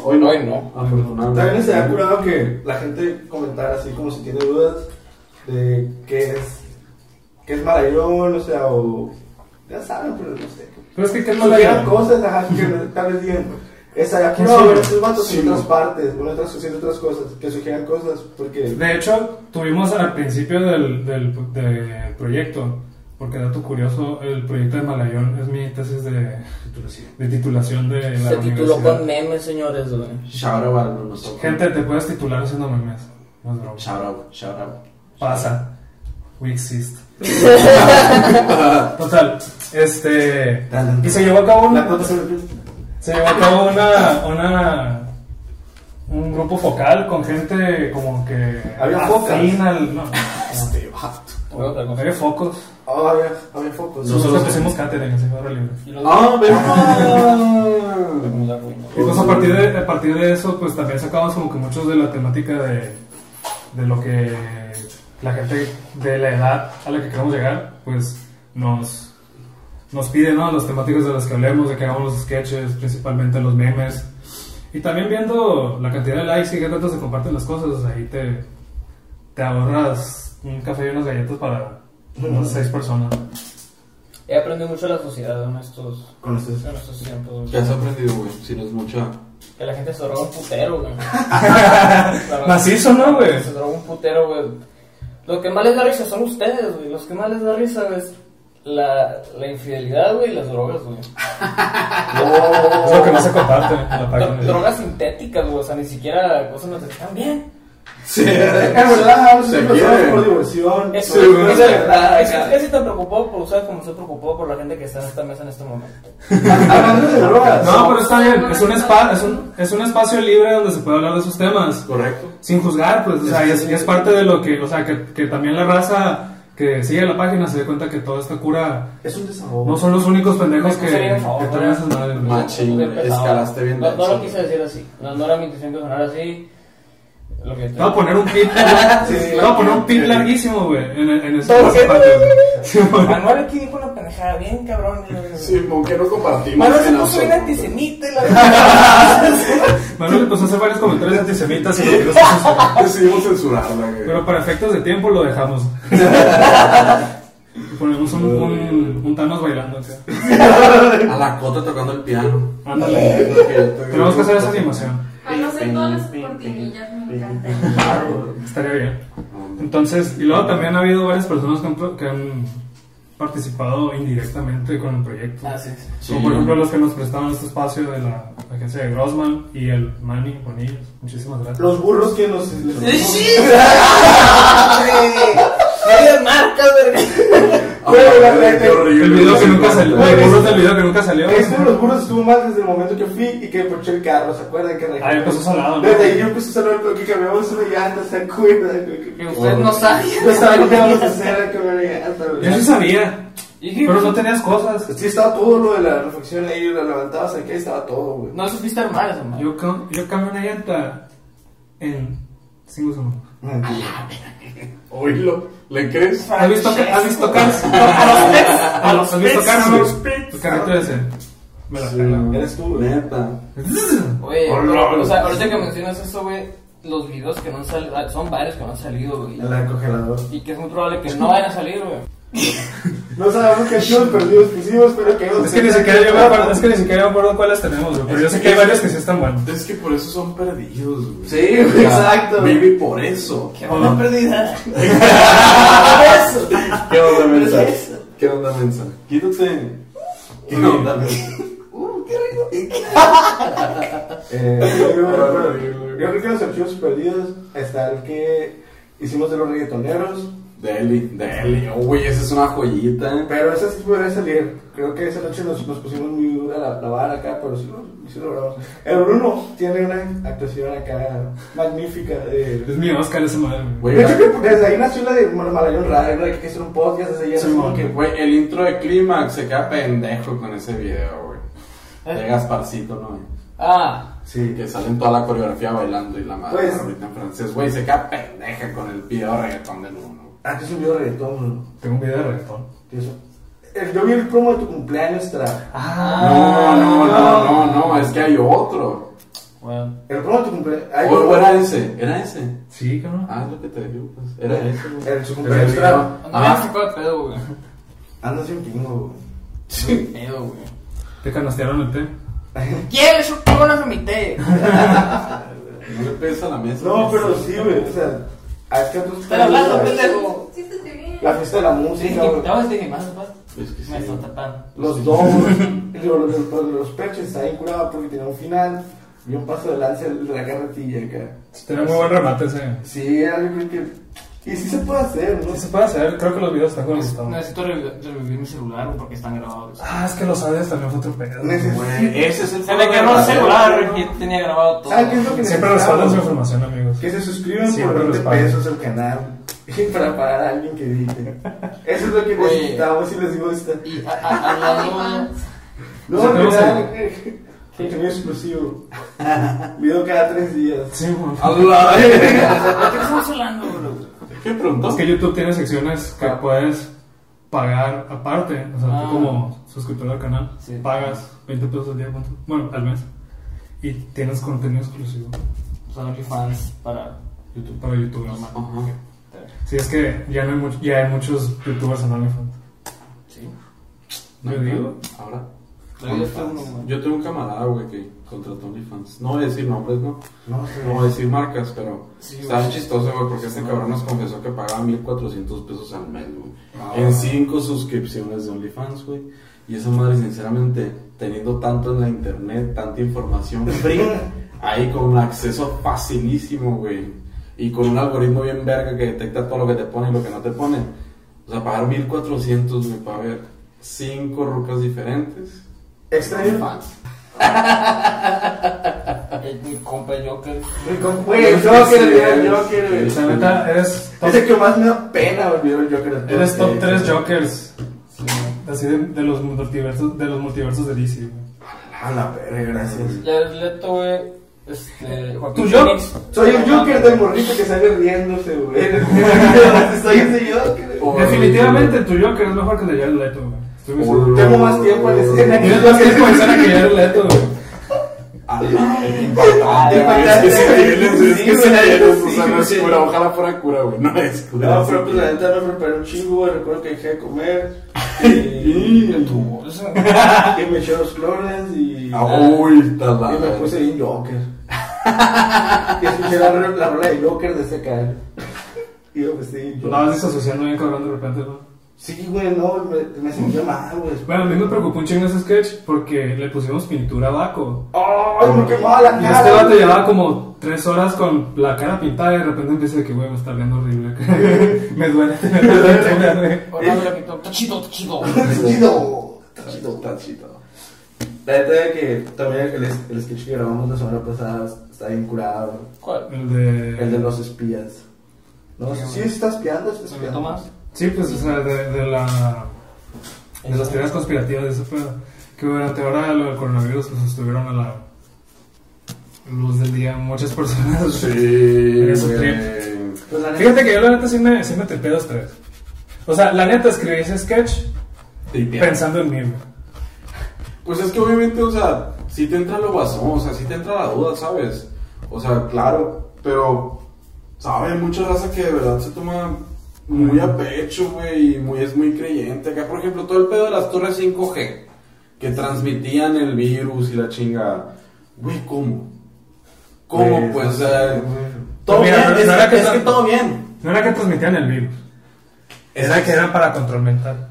Speaker 1: hoy no.
Speaker 6: Hoy no.
Speaker 1: Afortunadamente.
Speaker 2: También estaría curado que la gente comentara así como si tiene dudas de qué es, qué es Maraillón, o sea, o... Ya saben, pero no sé.
Speaker 4: Pero es que, ¿qué es
Speaker 2: Supieran
Speaker 4: Malayón?
Speaker 2: cosas, ajá, que tal vez digan, esa ya
Speaker 4: ¿Quién
Speaker 2: quiero
Speaker 4: sabe?
Speaker 2: ver estos vatos
Speaker 1: Sí,
Speaker 2: en otras
Speaker 1: no.
Speaker 2: partes, bueno, otras, haciendo otras cosas, que sugieran cosas, porque
Speaker 4: De hecho, tuvimos al principio del, del de proyecto, porque dato curioso, el proyecto de Malayón es mi tesis de titulación de, titulación de la
Speaker 6: Se tituló
Speaker 4: universidad.
Speaker 6: con memes, señores, güey.
Speaker 2: Shout out a nosotros.
Speaker 4: Gente, te puedes titular haciendo memes. No es broma.
Speaker 2: Shout out, shout out.
Speaker 4: Pasa. We exist. Total, este. Y se llevó a cabo
Speaker 2: La
Speaker 4: una.
Speaker 2: cuota sobre
Speaker 4: Se llevó a cabo una. una un grupo focal con gente como que.
Speaker 2: Había
Speaker 4: afín
Speaker 2: focas.
Speaker 4: al- no,
Speaker 2: Este vato.
Speaker 4: no, había focos.
Speaker 2: Oh, había, había focos.
Speaker 4: Nosotros pusimos catering en Señora Libre.
Speaker 1: ¡Ah, venga!
Speaker 4: Y pues a partir,
Speaker 1: eh,
Speaker 4: de, a partir de eso, pues también sacamos como que muchos de la temática de, de lo que la gente de la edad a la que queremos llegar, pues nos, nos pide, ¿no? Las temáticas de las que hablemos, de que hagamos los sketches, principalmente los memes. Y también viendo la cantidad de likes y qué tanto se comparten las cosas, ahí te, te ahorras un café y unas galletas para unas seis personas.
Speaker 6: He aprendido mucho de la sociedad en estos,
Speaker 2: Con ustedes.
Speaker 6: en estos tiempos.
Speaker 1: ¿Qué
Speaker 6: güey.
Speaker 1: has aprendido, güey? Si no es mucha.
Speaker 6: Que la gente se droga un putero, güey.
Speaker 4: Macizo, ¿no, güey?
Speaker 6: Se droga un putero, güey. Lo que más les da risa son ustedes, güey. Los que más les da risa es la, la infidelidad, güey, y las drogas, güey.
Speaker 4: Es lo que no se comparte en la
Speaker 6: Dro-
Speaker 4: página.
Speaker 6: drogas sintéticas, güey. O sea, ni siquiera cosas no te están bien.
Speaker 1: Sí,
Speaker 2: Es verdad,
Speaker 1: Se
Speaker 2: nosotros lo
Speaker 1: quieren.
Speaker 2: hacemos por diversión.
Speaker 6: Eso
Speaker 1: Sí,
Speaker 6: es
Speaker 1: güey.
Speaker 6: es verdad. Es es casi tan preocupado por ustedes como se preocupado por la gente que está en esta mesa en este momento.
Speaker 2: Hablando de drogas.
Speaker 4: No, pero está bien, es un, espa- es, un, es un espacio libre donde se puede hablar de esos temas,
Speaker 1: Correcto.
Speaker 4: sin juzgar, pues, o sea, y es, y es parte de lo que, o sea, que, que también la raza que sigue la página se dé cuenta que toda esta cura
Speaker 2: Es un desahogo.
Speaker 4: no son los únicos pendejos que,
Speaker 6: Sí, por favor,
Speaker 4: que toman esas madres,
Speaker 3: pues,
Speaker 4: güey.
Speaker 1: Machín,
Speaker 6: Bien pesado.
Speaker 1: Ah, escalaste bien.
Speaker 6: pues, No, no
Speaker 1: denso.
Speaker 6: lo quise decir así. No, no era mi intención que sonara así. Lo que
Speaker 4: Te
Speaker 1: pues,
Speaker 4: voy a poner un pit, te voy a poner un pit larguísimo, güey, en, en ese
Speaker 6: Todo
Speaker 4: ese
Speaker 6: bien.
Speaker 4: patio, güey. Sí, güey.
Speaker 3: Manuel aquí dijo una pendejada bien cabrón. güey.
Speaker 1: Simón, que no compartimos.
Speaker 3: Manuel se
Speaker 1: en
Speaker 3: puso bien
Speaker 1: absoluto.
Speaker 3: antisemita y la verdad.
Speaker 4: Manuel le puso a hacer varios comentarios antisemitas y lo que no se censuró.
Speaker 1: Decidimos censurarla, güey.
Speaker 4: Pero para efectos de tiempo lo dejamos. Y Ponemos un, un, un Thanos bailando acá.
Speaker 1: A la cota tocando el piano.
Speaker 4: Ándale. Tenemos que hacer esa animación.
Speaker 5: Ay, no sé, todas las cortinillas me encantan.
Speaker 4: Estaría bien. Entonces, y luego también ha habido varias personas que han, pro- que han participado indirectamente con el proyecto.
Speaker 6: Ah,
Speaker 3: Así es.
Speaker 1: Sí.
Speaker 4: Como por ejemplo los que nos prestaron este espacio de la agencia de Grossman y el Manny Bonillos. Muchísimas gracias.
Speaker 2: Los burros que nos. les-
Speaker 6: Medio marcas,
Speaker 1: Ah,
Speaker 2: Güey,
Speaker 1: güey,
Speaker 2: la- la-
Speaker 1: qué horrible.
Speaker 4: el video que nunca salió.
Speaker 2: Güey,
Speaker 4: El burro
Speaker 2: ese-
Speaker 4: del video que nunca salió.
Speaker 2: Esto de los burros estuvo mal desde el momento que fui y que poché el carro, ¿se acuerdan? Que
Speaker 4: Ah, empezó salado, ¿no?
Speaker 2: Desde ahí yo empecé a hablar pero que cambiamos una llanta, ¿se acuerdan?
Speaker 6: Que ustedes no sabían.
Speaker 2: No sabía qué íbamos a hacer, que una llanta,
Speaker 4: Yo sí
Speaker 2: güey.
Speaker 4: sabía,
Speaker 6: Y dije, pues,
Speaker 4: pero no tenías cosas.
Speaker 2: Sí, estaba todo lo de la reflexión ahí, la levantabas aquí, estaba todo, güey.
Speaker 6: No supiste armar eso, man.
Speaker 4: Yo, ca- yo cambio una llanta en 5 segundos.
Speaker 2: Ah,
Speaker 1: Oílo, ¿le crees?
Speaker 4: ¿Has visto, ¿has visto Cars? ¿A los ¿Has visto Pues Cars?
Speaker 1: A los
Speaker 4: El carrito ese. Me la pela.
Speaker 2: Eres tú, güey.
Speaker 1: Neta.
Speaker 6: Oye,
Speaker 1: Hola,
Speaker 6: pero,
Speaker 1: hola.
Speaker 6: o sea, ahorita que mencionas eso, güey, los videos que no han salido, ah, son varios que no han salido, güey.
Speaker 2: El acogelador.
Speaker 6: Y que es muy probable que no vayan a salir, güey.
Speaker 2: No sabemos qué shows perdidos que hicimos, pero pues que
Speaker 4: Es que ni siquiera yo me acuerdo, es que ni siquiera me acuerdo cuáles tenemos, güey, pero yo sé que hay varios que sí están buenos.
Speaker 1: Es que por eso son perdidos, güey.
Speaker 2: Sí, güey, exacto.
Speaker 1: Baby, por eso.
Speaker 3: Qué buena pérdida.
Speaker 1: ¿Qué onda, mensa? ¿Qué onda, mensa? Quítate. ¿Qué onda, mensa?
Speaker 2: Eh, yo creo que los archivos perdidos está el que hicimos de los reggaetoneros,
Speaker 1: Deli, Deli. Oh, güey, esa es una joyita. eh.
Speaker 2: pero esa sí podría salir. Creo que esa noche nos, nos pusimos muy dura la, la vara acá, pero sí, lo- sí lo logramos. El Bruno tiene una actuación acá magnífica. De,
Speaker 4: Es mi Oscar ese madre. güey.
Speaker 1: Güey,
Speaker 2: de hecho, que desde ahí nació la de Mar- Marayon Radio, que hay que hacer un podcast desde ahí.
Speaker 1: Sí,
Speaker 2: así como
Speaker 1: que,
Speaker 2: que,
Speaker 1: güey, el intro de Clímax se queda pendejo con ese video, güey. De Gasparcito, ¿no?
Speaker 6: Ah,
Speaker 2: Sí,
Speaker 1: Que salen toda la coreografía bailando y la madre
Speaker 2: Pues-
Speaker 1: ahorita en francés, güey, se queda pendeja con el video reggaetón del uno.
Speaker 2: antes subió reggaetón.
Speaker 4: Tengo un video de reggaetón.
Speaker 2: ¿no? Eso. El- Yo vi el promo de tu cumpleaños, tra.
Speaker 6: Ah.
Speaker 1: No, no,
Speaker 2: Ah.
Speaker 1: no, no, no, es que hay otro.
Speaker 6: bueno.
Speaker 2: El promo de tu cumpleaños.
Speaker 1: O,
Speaker 2: Ay,
Speaker 1: o era ese, era ese.
Speaker 4: Sí, cabrón.
Speaker 1: Ah, es lo que te digo, pues. Era ese, güey.
Speaker 2: El su cumpleaños,
Speaker 4: El-
Speaker 2: tra.
Speaker 6: No me
Speaker 1: Ah,
Speaker 6: sacó de pedo, güey.
Speaker 2: Anda sin pingo, güey.
Speaker 6: Sí, pedo, güey.
Speaker 4: Te canastearon el té.
Speaker 6: ¿Quién le chupó una femité?
Speaker 1: no le pegues a la mesa.
Speaker 2: No, pero sí, güey. O sea, ah, es que tú
Speaker 6: Están hablando,
Speaker 2: güey.
Speaker 6: pendejo.
Speaker 5: Sí, te estoy bien.
Speaker 2: La fiesta de la
Speaker 6: Sí,
Speaker 2: música,
Speaker 6: que
Speaker 2: güey.
Speaker 6: te vas a decir más, más.
Speaker 1: Es que sí.
Speaker 6: Me está tapando.
Speaker 2: Los domos, los, los, los, los peches, está bien curado porque tenía un final y un paso de lanza de la carretilla acá.
Speaker 4: Tiene muy buen remate ese.
Speaker 2: Sí, era algo que. Y sí se puede hacer, ¿no?
Speaker 4: No se puede hacer, creo que los videos están conectados.
Speaker 6: Necesito revi- revivir mi celular güey, porque están grabados.
Speaker 4: Ah, es que los audios también fue otro pedo.
Speaker 2: Neces-
Speaker 1: Güey, ese es el
Speaker 6: Se me quedó el celular y tenía grabado todo.
Speaker 2: ¿Saben qué es lo que
Speaker 4: Siempre
Speaker 2: necesitamos?
Speaker 4: respaldan su información, amigos.
Speaker 2: Que se suscriban
Speaker 4: Siempre
Speaker 2: por 20
Speaker 4: respaldan.
Speaker 2: pesos al canal para pagar a alguien que edite. Eso es lo que
Speaker 6: Oye.
Speaker 2: necesitamos y les gusta.
Speaker 6: Y a- a- hablando.
Speaker 2: No,
Speaker 4: O sea, tenemos
Speaker 2: ¿verdad? Contenido exclusivo. Video cada tres días.
Speaker 4: Sí, güey.
Speaker 6: ¿De qué estamos hablando, bro?
Speaker 1: ¿Qué preguntó?
Speaker 4: Es que YouTube tiene secciones que
Speaker 2: Ah.
Speaker 4: puedes pagar aparte. O sea,
Speaker 6: Ah.
Speaker 4: tú como suscriptor al canal,
Speaker 6: Sí.
Speaker 4: pagas 20 pesos al día, ¿cuánto? Bueno, al mes. Y tienes contenido exclusivo
Speaker 6: Son OnlyFans para.
Speaker 4: YouTube, para youtubers.
Speaker 1: Ajá.
Speaker 4: Sí, es que ya, no hay, much- ya hay muchos youtubers en OnlyFans.
Speaker 6: Sí.
Speaker 4: Yo digo.
Speaker 1: Ahora.
Speaker 6: Todavía estoy uno, güey.
Speaker 1: Yo tengo un camarada, güey, que contrató OnlyFans. No voy a decir nombres, ¿no?
Speaker 2: No,
Speaker 1: No voy a decir marcas, pero
Speaker 6: Sí,
Speaker 1: estaba
Speaker 6: güey.
Speaker 1: chistoso, güey, porque este cabrón nos confesó que pagaba 1.400 pesos al mes, güey.
Speaker 2: Ah.
Speaker 1: En cinco suscripciones de OnlyFans, güey. Y esa madre, sinceramente, teniendo tanto en la internet, tanta información free, ahí con un acceso facilísimo, güey. Y con un algoritmo bien verga que detecta todo lo que te pone y lo que no te pone. O sea, pagar 1.400, güey, para ver cinco rucas diferentes.
Speaker 2: Extraño.
Speaker 1: OnlyFans.
Speaker 6: Eh, Mi compa Joker.
Speaker 2: Güey, yo quiero ver, yo quiero ver.
Speaker 1: Sí.
Speaker 4: La neta, eres top,
Speaker 2: Es el que más me da pena volver el Joker. Eh,
Speaker 4: eres
Speaker 1: eh,
Speaker 4: top 3 Jokers.
Speaker 6: Sí.
Speaker 4: Así de, de los multiversos, de los multiversos de DC, güey.
Speaker 2: A la verga, gracias.
Speaker 6: Ya el leto, güey. Este. Joaquín
Speaker 4: ¿Tu Joker?
Speaker 6: Phoenix.
Speaker 2: Soy el Joker del morrito que sale riéndose, güey. Soy ese Joker.
Speaker 1: O-
Speaker 4: Definitivamente tu Joker es mejor que el de Jared Leto, güey.
Speaker 1: Oh.
Speaker 4: Estoy muy seguro.
Speaker 2: Tengo más tiempo en escena que
Speaker 4: Tienes más que pensar que Jared Leto, güey.
Speaker 1: Es que se vienen, es que se vienen, o sea, no es
Speaker 2: Sí,
Speaker 1: cura, ojalá fuera cura, güey, no es cura.
Speaker 2: No, pero pues la neta me preparé un chingo, güey. Recuerdo que dejé de comer. Y,
Speaker 6: Eso-
Speaker 2: y me eché los clones y,
Speaker 1: Ahorita la.
Speaker 2: y me puse bien Joker. y escuché la, ro- la rola de Joker de ese cara. Y yo, pues sí,
Speaker 4: Lo
Speaker 2: yo-
Speaker 4: vas disociando bien cabrón de repente, ¿no?
Speaker 2: Sí, güey, no, me, me sentía mal, güey.
Speaker 4: Bueno, a mí me preocupó un chingo ese sketch porque le pusimos pintura a Baco.
Speaker 2: ¡Ay, me quemaba la
Speaker 4: Y este
Speaker 2: cara!
Speaker 4: vato llevaba como tres horas con la cara pintada y de repente empieza de que, güey, me está viendo horrible. me duele tener la pintura, güey.
Speaker 6: Hola, hola, Pito. Está chido, está chido.
Speaker 2: Está chido, está chido.
Speaker 1: Está chido.
Speaker 2: La neta de que también el, el sketch que grabamos la semana pasada está bien curado.
Speaker 6: ¿Cuál?
Speaker 4: El de...
Speaker 2: El de los espías. No, sí, sí está espiando, está
Speaker 6: ¿Se lo
Speaker 2: espiando.
Speaker 6: tomas?
Speaker 4: Sí, pues, o sea, de, de la... De las teorías conspirativas de ese pedo. Que durante ahora lo del coronavirus, pues, estuvieron a la luz del día muchas personas.
Speaker 1: Sí,
Speaker 4: Eres un
Speaker 1: güey.
Speaker 2: Pues la neta,
Speaker 4: Fíjate que yo la neta sí me, sí me trepé dos, tres. O sea, la neta escribí ese sketch pensando en mí, güey.
Speaker 1: Pues es que obviamente, o sea, si te entra lo guasón, o sea, si te entra la duda, ¿sabes? O sea, claro, pero, ¿sabes? Hay mucha raza que de verdad se toma muy a pecho, güey, y muy, es muy creyente. Acá, por ejemplo, todo el pedo de las torres 5G, que transmitían el virus y la chinga. Güey, ¿cómo? ¿Cómo?
Speaker 2: Pues,
Speaker 1: Pues,
Speaker 2: no
Speaker 1: o sea,
Speaker 2: sé, güey.
Speaker 1: todo
Speaker 4: Pues Mira,
Speaker 1: bien,
Speaker 4: pero
Speaker 1: es,
Speaker 4: no era
Speaker 1: que,
Speaker 4: que
Speaker 1: es que
Speaker 4: tan-
Speaker 1: todo bien.
Speaker 4: No era que transmitían el virus. Era
Speaker 1: Exacto.
Speaker 4: que era para control mental.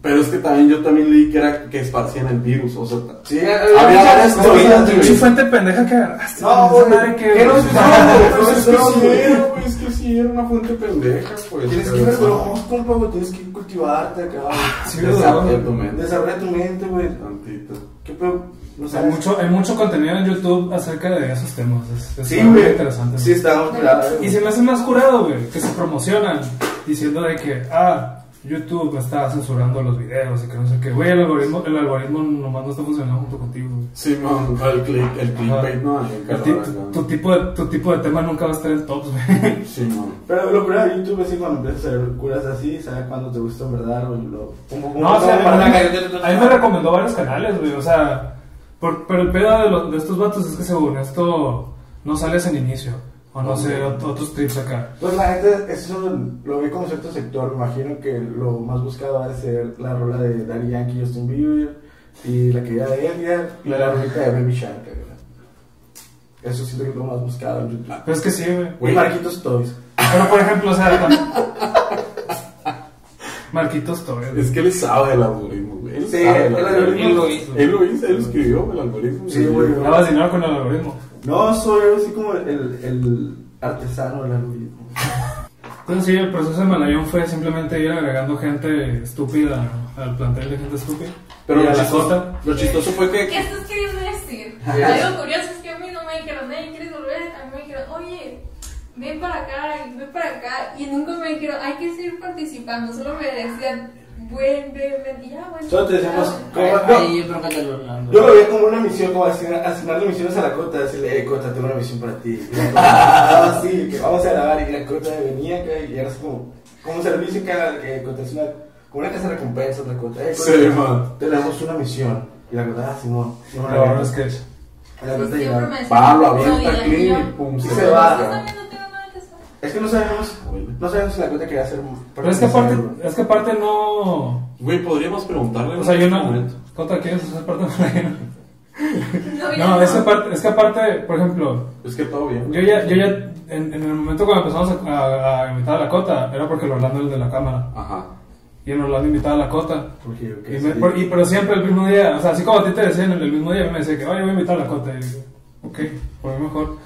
Speaker 1: Pero es que también yo también leí que era que esparcían el virus, o sea,
Speaker 2: Sí,
Speaker 1: había varias
Speaker 2: muchas
Speaker 1: teorías,
Speaker 2: cosas,
Speaker 1: güey.
Speaker 4: Pinche fuente pendeja que agarraste.
Speaker 2: No,
Speaker 4: Esa
Speaker 2: güey.
Speaker 4: madre que-
Speaker 2: ¿Qué nos
Speaker 1: Pues es que sí era,
Speaker 2: Tienes
Speaker 1: güey, es que sí era una fuente pendeja, pues.
Speaker 2: que ver los compa, güey. Tienes que cultivarte acá, güey.
Speaker 4: Sí,
Speaker 1: Desarrolla tu
Speaker 4: güey.
Speaker 1: mente.
Speaker 2: Desarrolla tu mente, güey.
Speaker 1: Tantito.
Speaker 2: ¿Qué pedo? No
Speaker 4: O sea, hay
Speaker 2: sabes.
Speaker 4: mucho, hay mucho contenido en YouTube acerca de esos temas. Es, es
Speaker 2: Sí,
Speaker 4: muy
Speaker 2: güey.
Speaker 4: interesante.
Speaker 2: Sí, está muy curado,
Speaker 4: Y
Speaker 2: güey.
Speaker 4: se me hace más curado, güey, que se promocionan diciendo de que, ah, YouTube me está censurando los videos y que no sé qué. Güey, el algoritmo, el algoritmo nomás no está funcionando junto contigo. güey.
Speaker 1: Simón, el click, el clickbait, no, hay
Speaker 4: El ti- tu, tu tipo de, tu tipo de tema nunca va a estar en tops, güey.
Speaker 1: Simón.
Speaker 2: Pero lo curado de YouTube es que cuando empiezas a hacer curas así, sabes cuándo te gusta en verdad o lo.
Speaker 4: No, o sea,
Speaker 2: para
Speaker 4: a,
Speaker 2: la
Speaker 4: mí,
Speaker 2: calle-
Speaker 4: a mí me recomendó varios canales, güey. O sea, por- pero el pedo de, los- de estos vatos es que según esto no sales en inicio. O no sé, ot- otros trips acá.
Speaker 2: Pues la gente, eso lo ve como cierto sector. Me imagino que lo más buscado va a ser la rola de Daddy Yankee, Justin Bieber, y la querida de Elia, y la rolita de Baby Shark. ¿verdad? Eso siento que es lo más buscado en YouTube.
Speaker 4: Pero es que sí, güey.
Speaker 1: Güey.
Speaker 2: Y Marquitos Toys.
Speaker 4: Pero por ejemplo, o sea, tam- Marquitos Torres.
Speaker 1: Es que él sabe el algoritmo, güey. Él
Speaker 2: Sí,
Speaker 1: sabe el
Speaker 2: el
Speaker 1: algoritmo.
Speaker 6: algoritmo lo hizo.
Speaker 1: Él lo hizo, él escribió el algoritmo.
Speaker 2: Sí, güey.
Speaker 4: Lavas dinero con el algoritmo.
Speaker 2: No, soy así como el, el artesano del algoritmo.
Speaker 4: Entonces sí, el proceso de Malayón fue simplemente ir agregando gente estúpida al plantel de gente estúpida.
Speaker 1: Pero
Speaker 4: y a
Speaker 1: lo
Speaker 4: la
Speaker 1: chistoso,
Speaker 4: cota.
Speaker 1: lo chistoso fue que.
Speaker 5: ¿Qué estás queriendo decir? Algo curioso es que a mí no me dijeron, hey, ¿quieres volver? A mí me dijeron, oye, ven para acá, y ven para acá. Y nunca me dijeron, hay que seguir participando. Solo me decían, buen, ven, ven. Y ya, bueno.
Speaker 2: Solo te decíamos,
Speaker 5: ya.
Speaker 2: ¿cómo?
Speaker 6: Ahí yo creo que te lo Orlando.
Speaker 2: Yo lo veía como una misión, como asignar- asignarle misiones a la cota, decirle, eh, cota, tengo una misión para ti. Y la Cota, "Ah, sí, que vamos a grabar, y la cota venía, acá, y era así como, como servicio que, que cota es una, como una casa de recompensa, la cota, eh, cota,
Speaker 1: Sí, man.
Speaker 2: tenemos una misión. Y la cota, ah, Simón, no,
Speaker 4: Pero
Speaker 2: la
Speaker 4: ahora
Speaker 2: verdad
Speaker 4: es que
Speaker 2: la cota
Speaker 5: Y siempre
Speaker 2: llegaba.
Speaker 5: me decían,
Speaker 1: Va, lo
Speaker 5: "No,
Speaker 1: avienta,
Speaker 5: y ahí
Speaker 1: clic,
Speaker 5: yo,
Speaker 1: pum,
Speaker 2: Sí,
Speaker 1: se
Speaker 2: se
Speaker 1: va.
Speaker 2: va.
Speaker 5: "Yo también no tengo nada que hacer".
Speaker 2: Es que no sabemos, no sabemos si la cota quería hacer un-
Speaker 4: Pero es que aparte, eh,
Speaker 2: un-
Speaker 4: es que aparte no.
Speaker 1: Güey, podríamos preguntarle. en
Speaker 4: O sea, yo
Speaker 1: este
Speaker 4: no.
Speaker 1: momento.
Speaker 4: ¿Cuánto quieres hacer parte de Malayón?
Speaker 5: No, ya
Speaker 4: No, es que aparte, es que aparte, por ejemplo,
Speaker 1: Es que todo bien.
Speaker 4: yo ya, yo ya en, en el momento cuando empezamos a, a- a invitar a la cota, era porque el Orlando era el de la cámara.
Speaker 1: Ajá.
Speaker 4: Y el Orlando invitaba a la cota.
Speaker 2: Porque yo
Speaker 4: Y
Speaker 2: quería
Speaker 4: me-
Speaker 2: salir.
Speaker 4: por- y- pero siempre el mismo día, o sea, así como a ti te decían el, el mismo día, a mí me decía que, oye, voy a invitar a la cota. Y yo, ok, por lo mejor.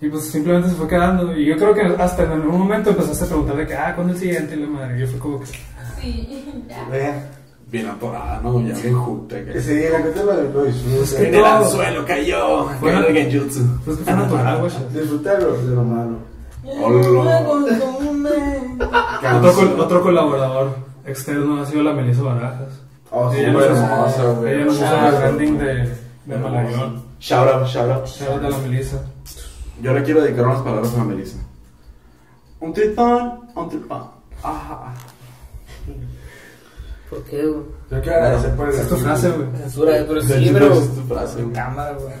Speaker 4: Y pues simplemente se fue quedando. Y yo creo que hasta en algún momento empezaste a preguntarle que, ah, ¿cuándo el siguiente? Y la madre, yo fue como que. "Pues
Speaker 5: Sí, ya.
Speaker 2: Vean,
Speaker 1: Bien atorada, ¿no? Ya bien junta. que-
Speaker 2: ese día la cota lo, lo disfruta.
Speaker 4: Es que
Speaker 1: En el
Speaker 4: no.
Speaker 1: anzuelo cayó.
Speaker 4: Bueno.
Speaker 1: Cayó el genjutsu.
Speaker 4: Pues que fue natural, güey.
Speaker 2: Disfrutar lo- de lo malo.
Speaker 1: Hola.
Speaker 4: Otro, col- otro colaborador externo ha sido la Melissa Barajas.
Speaker 2: Oh,
Speaker 4: Sí,
Speaker 2: sí,
Speaker 4: ya
Speaker 1: Súper
Speaker 4: lo
Speaker 2: bueno.
Speaker 1: hermosa, güey.
Speaker 4: Ella nos hizo
Speaker 1: Hermosa.
Speaker 4: el branding de, de Malayón.
Speaker 1: Shout out, shout out.
Speaker 4: Shout out a la Melissa.
Speaker 1: Yo le quiero dedicar unas palabras a la Melissa. Un tripán, un tripán. Ajá.
Speaker 6: ¿Por qué, güey?
Speaker 2: Yo quiero agradecer por el.
Speaker 4: Esa es tu frase, güey.
Speaker 6: Censura, eh, pero
Speaker 1: De
Speaker 6: sí,
Speaker 1: hecho,
Speaker 6: pero.
Speaker 1: esa es tu frase,
Speaker 4: Ah,
Speaker 1: güey.
Speaker 6: Cámara, güey.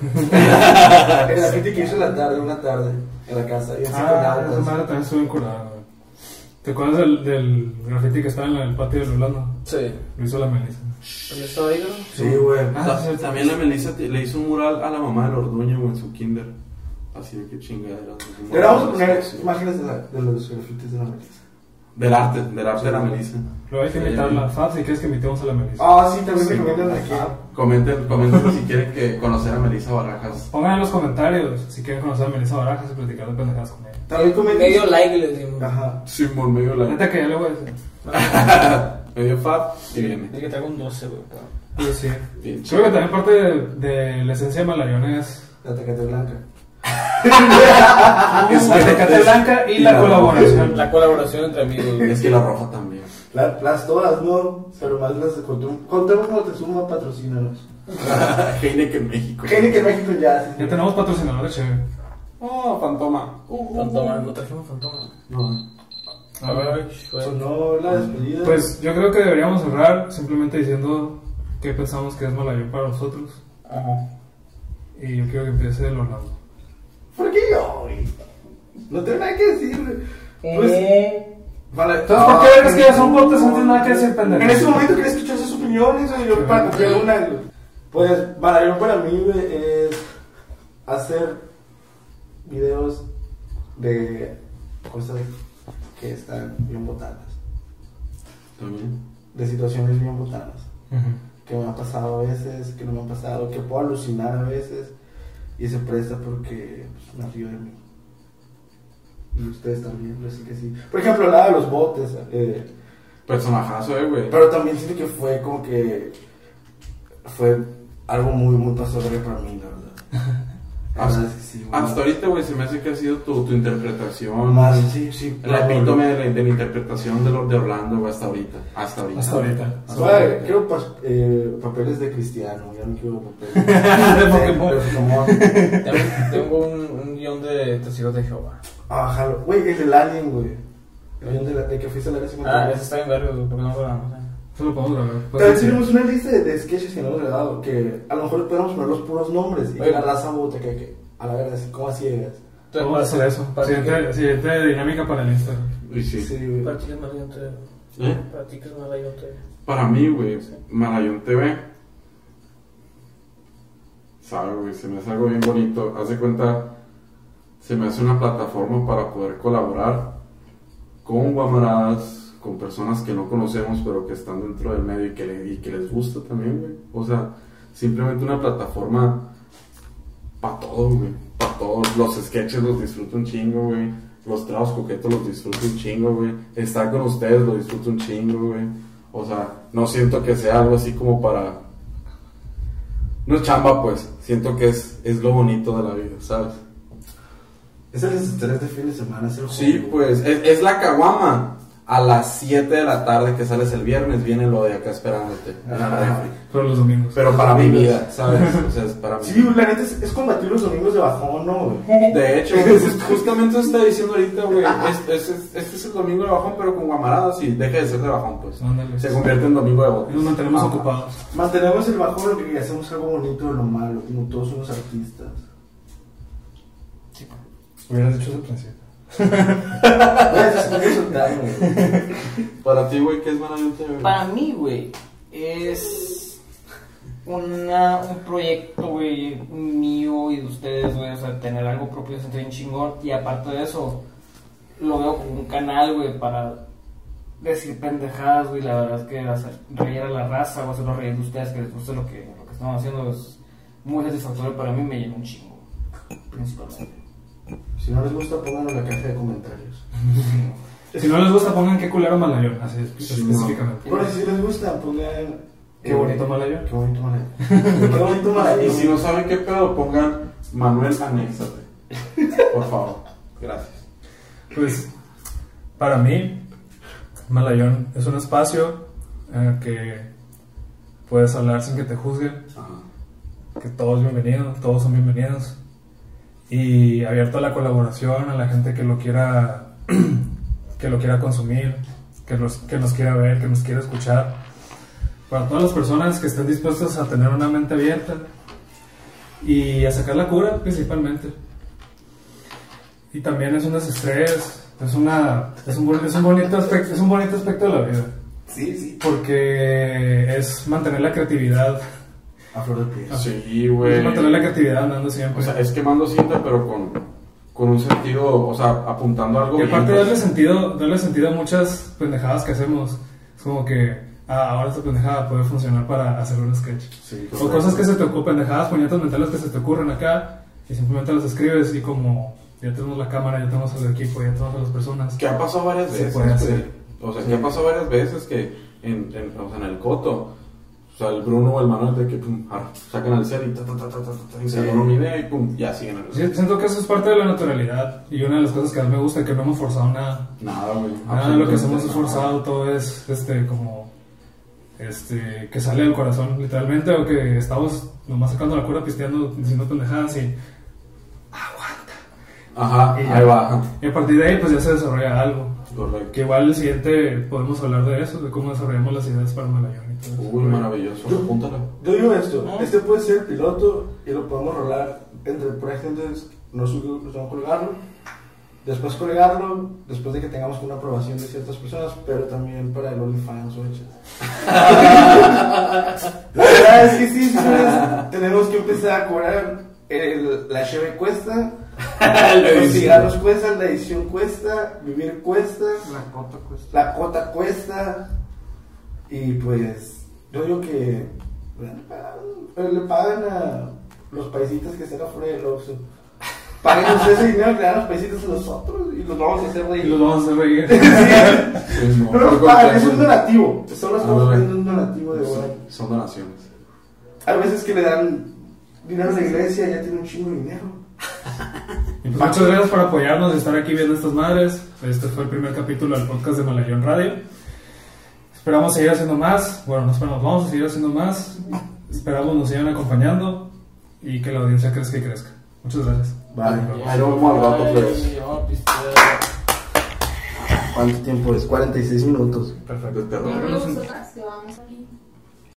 Speaker 2: En la gente que hizo la tarde, una tarde, en la casa, y así con
Speaker 4: Ah, esa
Speaker 2: altas.
Speaker 4: madre también estuvo vinculada, güey. ¿Te acuerdas del, del graffiti que estaba en el patio de Orlando?
Speaker 6: Sí.
Speaker 4: Lo hizo la Melissa.
Speaker 6: ¿Dónde está ahí, güey?
Speaker 2: Sí, güey.
Speaker 4: Ah, sí,
Speaker 1: Ta-
Speaker 4: sí.
Speaker 1: También la Melissa te- le hizo un mural a la mamá del Orduño güey, en su kinder. Así de que chingadera.
Speaker 2: Le vamos a poner imágenes de, la- de los grafitis de la Melissa.
Speaker 1: Del arte, del arte de la Melissa. Eh,
Speaker 4: Lo hay que invitarla. Fab, si quieres que invitemos a la Melissa.
Speaker 2: Ah, sí, también
Speaker 1: Sí.
Speaker 2: recomiendan aquí.
Speaker 1: Comenten, comenten si quieren que conocer a Melissa Barajas.
Speaker 4: Pongan en los comentarios si quieren conocer a Melissa Barajas y platicar de pendejadas con ella.
Speaker 2: También comenten.
Speaker 6: Medio like le decimos.
Speaker 2: Ajá.
Speaker 1: Simón, medio
Speaker 4: La
Speaker 1: la.
Speaker 4: neta que ya le voy a decir.
Speaker 1: medio fab y viene.
Speaker 6: Dile que traigo un 12, güey.
Speaker 4: Pero sí.
Speaker 1: Bien
Speaker 4: Creo que también parte de, de la esencia de Malayón es
Speaker 2: La tacata blanca.
Speaker 1: Es
Speaker 4: Ah, la tecate blanca y la colaboración.
Speaker 6: La colaboración entre amigos, güey.
Speaker 1: Es que la roja también.
Speaker 2: La- las todas, ¿no? Pero más las de Contemos como te suma, patrocínanos.
Speaker 1: Heineken México.
Speaker 2: Gente que México ya.
Speaker 4: Ya tenemos patrocinadores, chévere.
Speaker 1: Oh, Fantoma.
Speaker 6: Fantoma, no trajimos fantoma.
Speaker 1: No.
Speaker 6: A ver, güey.
Speaker 2: Sonó la despedida.
Speaker 4: Pues yo creo que deberíamos cerrar simplemente diciendo qué pensamos que es Malayón para nosotros.
Speaker 6: Ajá.
Speaker 4: Y yo quiero que empiece el Orlando.
Speaker 2: ¿Por qué yo, güey? No tengo nada que decir, güey. Pues,
Speaker 6: Eh,
Speaker 2: vale. ah,
Speaker 4: Entonces, ¿por qué eres que ya son botes? No tienes nada que decir, pendejo.
Speaker 2: En ese momento quería escuchar sus opiniones, güey, yo para copiar una. güey. Pues, Malayón para mí, güey, es hacer videos de cosas que están bien botanas,
Speaker 1: También.
Speaker 2: de situaciones bien botanas, que me han pasado a veces, que no me han pasado, que puedo alucinar a veces, y se presta porque pues, me río de mí. Y ustedes también, yo sé que sí. Por ejemplo, la de los botes, eh,
Speaker 1: Personajazo, eh, güey.
Speaker 2: Pero también siento que fue como que fue algo muy, muy pasajero para mí, la verdad.
Speaker 1: Hasta,
Speaker 2: verdad es que sí, güey.
Speaker 1: hasta ahorita, güey, se me hace que ha sido tu, tu interpretación.
Speaker 2: Más, sí, sí.
Speaker 1: El epítome de la, de la interpretación de Lord de Orlando, güey, hasta ahorita. Hasta ahorita.
Speaker 4: Hasta ahorita.
Speaker 2: O sea, quiero pa- eh, papeles de cristiano, ya no quiero papeles
Speaker 4: De Pokémon.
Speaker 2: Pokémon.
Speaker 6: Tengo- Tengo un, un guión de Testigos de Jehová.
Speaker 2: Ah, jalo. Güey, el del alien, güey. El alien de, la- de que fuiste a la área
Speaker 6: Ah,
Speaker 2: 51.
Speaker 6: ese está bien verga, güey, porque no lo grabamos. eh.
Speaker 4: Eso lo podemos grabar.
Speaker 2: También
Speaker 4: Pues, sí.
Speaker 2: tenemos una lista de, de sketches que no hemos grabado, que a lo mejor le podemos poner los puros nombres y que
Speaker 6: Oye.
Speaker 2: la raza vote que, que a la verdad, ¿cómo así eres?
Speaker 4: Vamos a hacer eso.
Speaker 6: Para ti
Speaker 4: Siguiente,
Speaker 6: que-
Speaker 4: siguiente dinámica para el Insta.
Speaker 1: Uy, sí.
Speaker 2: Sí, güey.
Speaker 6: para ti que es mal guión te veo.
Speaker 1: ¿Eh?
Speaker 6: Para ti que es mal guión te veo.
Speaker 1: Para mí, güey, Marayón TV. Sabe, güey, se me hace algo bien bonito. Haz de cuenta, se me hace una plataforma para poder colaborar con guamaradas, con personas que no conocemos, pero que están dentro del medio y que, le- y que les gusta también, güey. O sea, simplemente una plataforma para todo, güey. Para todos. Los sketches los disfruto un chingo, güey. Los tragos coquetos los disfruto un chingo, güey. Estar con ustedes lo disfruto un chingo, güey. O sea, no siento que sea algo así como para. No es chamba, pues. Siento que es, es lo bonito de la vida, ¿sabes?
Speaker 2: Es el estrés de fin de semana, es el
Speaker 1: Sí,
Speaker 2: juego.
Speaker 1: pues. Es, es la caguama. A las 7 de la tarde que sales el viernes, viene lo de acá esperándote. en la
Speaker 2: Ah.
Speaker 1: refri.
Speaker 4: Pero los domingos.
Speaker 1: Pero para mi vida, ¿sabes? O sea, es para mí.
Speaker 2: Sí, güey, la neta es, es combatir los domingos de bajón, ¿no, güey?
Speaker 1: De hecho, güey, just- justamente eso está diciendo ahorita, güey. es- es- es- Este es el domingo de bajón, pero con guamaradas y deja de ser de bajón, pues.
Speaker 4: Ándale.
Speaker 1: Se convierte en domingo de botes.
Speaker 4: Ah. Nos mantenemos
Speaker 2: Ah.
Speaker 4: ocupados.
Speaker 2: Mantenemos el bajón y hacemos algo bonito de lo malo, como todos somos artistas.
Speaker 6: pues.
Speaker 4: Hubieras dicho eso al principio.
Speaker 2: Güey, eso es muy insultante, güey.
Speaker 1: Para ti, güey, ¿qué es malamente, güey?
Speaker 3: Para mí, güey, es una, un proyecto, güey, mío y de ustedes, güey, o sea, tener algo propio es bien chingón. Y aparte de eso, lo veo como un canal, güey, para decir pendejadas, güey, la verdad es que hacer reír a la raza o hacerlo reír de ustedes, que les guste lo que, lo que estamos haciendo, es muy satisfactorio para mí, me llena un chingo, principalmente.
Speaker 2: Si no les gusta, pónganlo en la caja de comentarios.
Speaker 4: Si no les gusta, pongan qué culero malayón. Así es,
Speaker 1: Sí,
Speaker 4: específicamente.
Speaker 2: Pero si les gusta, pongan. eh,
Speaker 4: Qué bonito Malayo.
Speaker 2: Qué bonito Malayo. Qué bonito Malayo.
Speaker 1: Y si no saben qué pedo, pongan Manuel Anéxate. Por favor. Gracias.
Speaker 4: Pues, para mí, Malayón es un espacio en el que puedes hablar sin que te juzguen,
Speaker 1: Ajá.
Speaker 4: que todos bienvenidos, todos son bienvenidos. Y abierto a la colaboración, a la gente que lo quiera, que lo quiera consumir, que, los- que nos quiera ver, que nos quiera escuchar. Para todas las personas que estén dispuestas a tener una mente abierta y a sacar la cura principalmente. Y también es un desestrés, es, una, es, un, bon- es, un bonito aspecto, es un bonito aspecto de la vida,
Speaker 2: Sí, sí.
Speaker 4: porque es mantener la creatividad,
Speaker 2: A flor de piel.
Speaker 1: Sí,
Speaker 4: es
Speaker 1: güey.
Speaker 4: Pues mantener la creatividad andando
Speaker 1: O
Speaker 4: siempre.
Speaker 1: sea, es quemando cinta, pero con, con un sentido, o sea, apuntando a algo.
Speaker 4: Y
Speaker 1: bien,
Speaker 4: aparte
Speaker 1: pues.
Speaker 4: darle sentido, darle sentido a muchas pendejadas que hacemos. Es como que ah, ahora esta pendejada puede funcionar para hacer un sketch.
Speaker 1: Sí,
Speaker 4: O
Speaker 1: correcto.
Speaker 4: cosas que se te ocurren, pendejadas, puñetas mentales que se te ocurren acá y simplemente las escribes y como ya tenemos la cámara, ya tenemos el equipo, ya tenemos a las personas.
Speaker 1: que ha pasado varias
Speaker 4: Se
Speaker 1: veces.
Speaker 4: puede
Speaker 1: güey.
Speaker 4: hacer.
Speaker 1: O sea, que ha pasado varias veces que en, en, o sea, en el coto, o sea, el Bruno o el Manuel de que pum, ar, sacan al ser y ta, ta, ta, ta, ta, ta, ta, y se
Speaker 2: Sí.
Speaker 1: roban una idea y pum, ya siguen el
Speaker 4: Pues Sí, Siento que eso es parte de la naturalidad y una de las cosas que a mí me gusta que no hemos forzado nada.
Speaker 1: Nada, güey.
Speaker 4: Nada de lo que hacemos es
Speaker 1: absolutamente
Speaker 4: forzado,
Speaker 1: nada.
Speaker 4: todo es este como este que sale del corazón, literalmente, o que estamos nomás sacando la cura, pisteando, diciendo pendejadas y,
Speaker 1: Ajá,
Speaker 4: y ya.
Speaker 1: ahí va.
Speaker 4: y a partir de ahí pues ya se desarrolla algo.
Speaker 1: Correcto.
Speaker 4: Que igual el siguiente podemos hablar de eso, de cómo desarrollamos las ideas para Malayón y todo eso.
Speaker 1: Uy, maravilloso. Apúntala.
Speaker 2: Yo digo esto: este puede ser el piloto y lo podemos rolar entre puras gentes. No subirlo, no colgarlo. Después colgarlo, después de que tengamos una aprobación de ciertas personas, pero también para el OnlyFans o hechas. La verdad es que sí, señores, tenemos que empezar a cobrar. El- la cheve cuesta, los cigarros cuestan, la edición cuesta, vivir cuesta,
Speaker 3: La cota cuesta.
Speaker 2: la cuota cuesta. Y pues, yo digo que bueno, le pagan- pero le pagan a los paisitas que están afuera del Oxxo. Paguen ustedes ese dinero que le dan los paisitas a los otros y los vamos a hacer
Speaker 4: Y
Speaker 2: reír.
Speaker 4: los vamos a hacer reír.
Speaker 2: Sí,
Speaker 1: Sí, no,
Speaker 2: no los
Speaker 1: porque-
Speaker 2: pagan, es un donativo. Solo estamos
Speaker 1: Ah,
Speaker 2: pidiendo un donativo de
Speaker 1: Sí,
Speaker 2: hora.
Speaker 1: Son donaciones.
Speaker 2: Hay veces que le dan Dinero de iglesia, ya tiene un chingo de dinero.
Speaker 4: Y pues muchas gracias por apoyarnos y estar aquí viendo estas madres. Este fue el primer capítulo del podcast de Malayón Radio. Esperamos seguir haciendo más. Bueno, no esperamos, vamos a seguir haciendo más. Esperamos nos sigan acompañando y que la audiencia crezca y crezca. Muchas gracias.
Speaker 2: Vale.
Speaker 1: Ahí lo vamos al rato, pues.
Speaker 6: Ay, no, pistear.
Speaker 2: ¿Cuánto tiempo es? 46 minutos.
Speaker 4: Perfecto.
Speaker 1: De terror.
Speaker 5: Yo creo que nosotras llevamos aquí.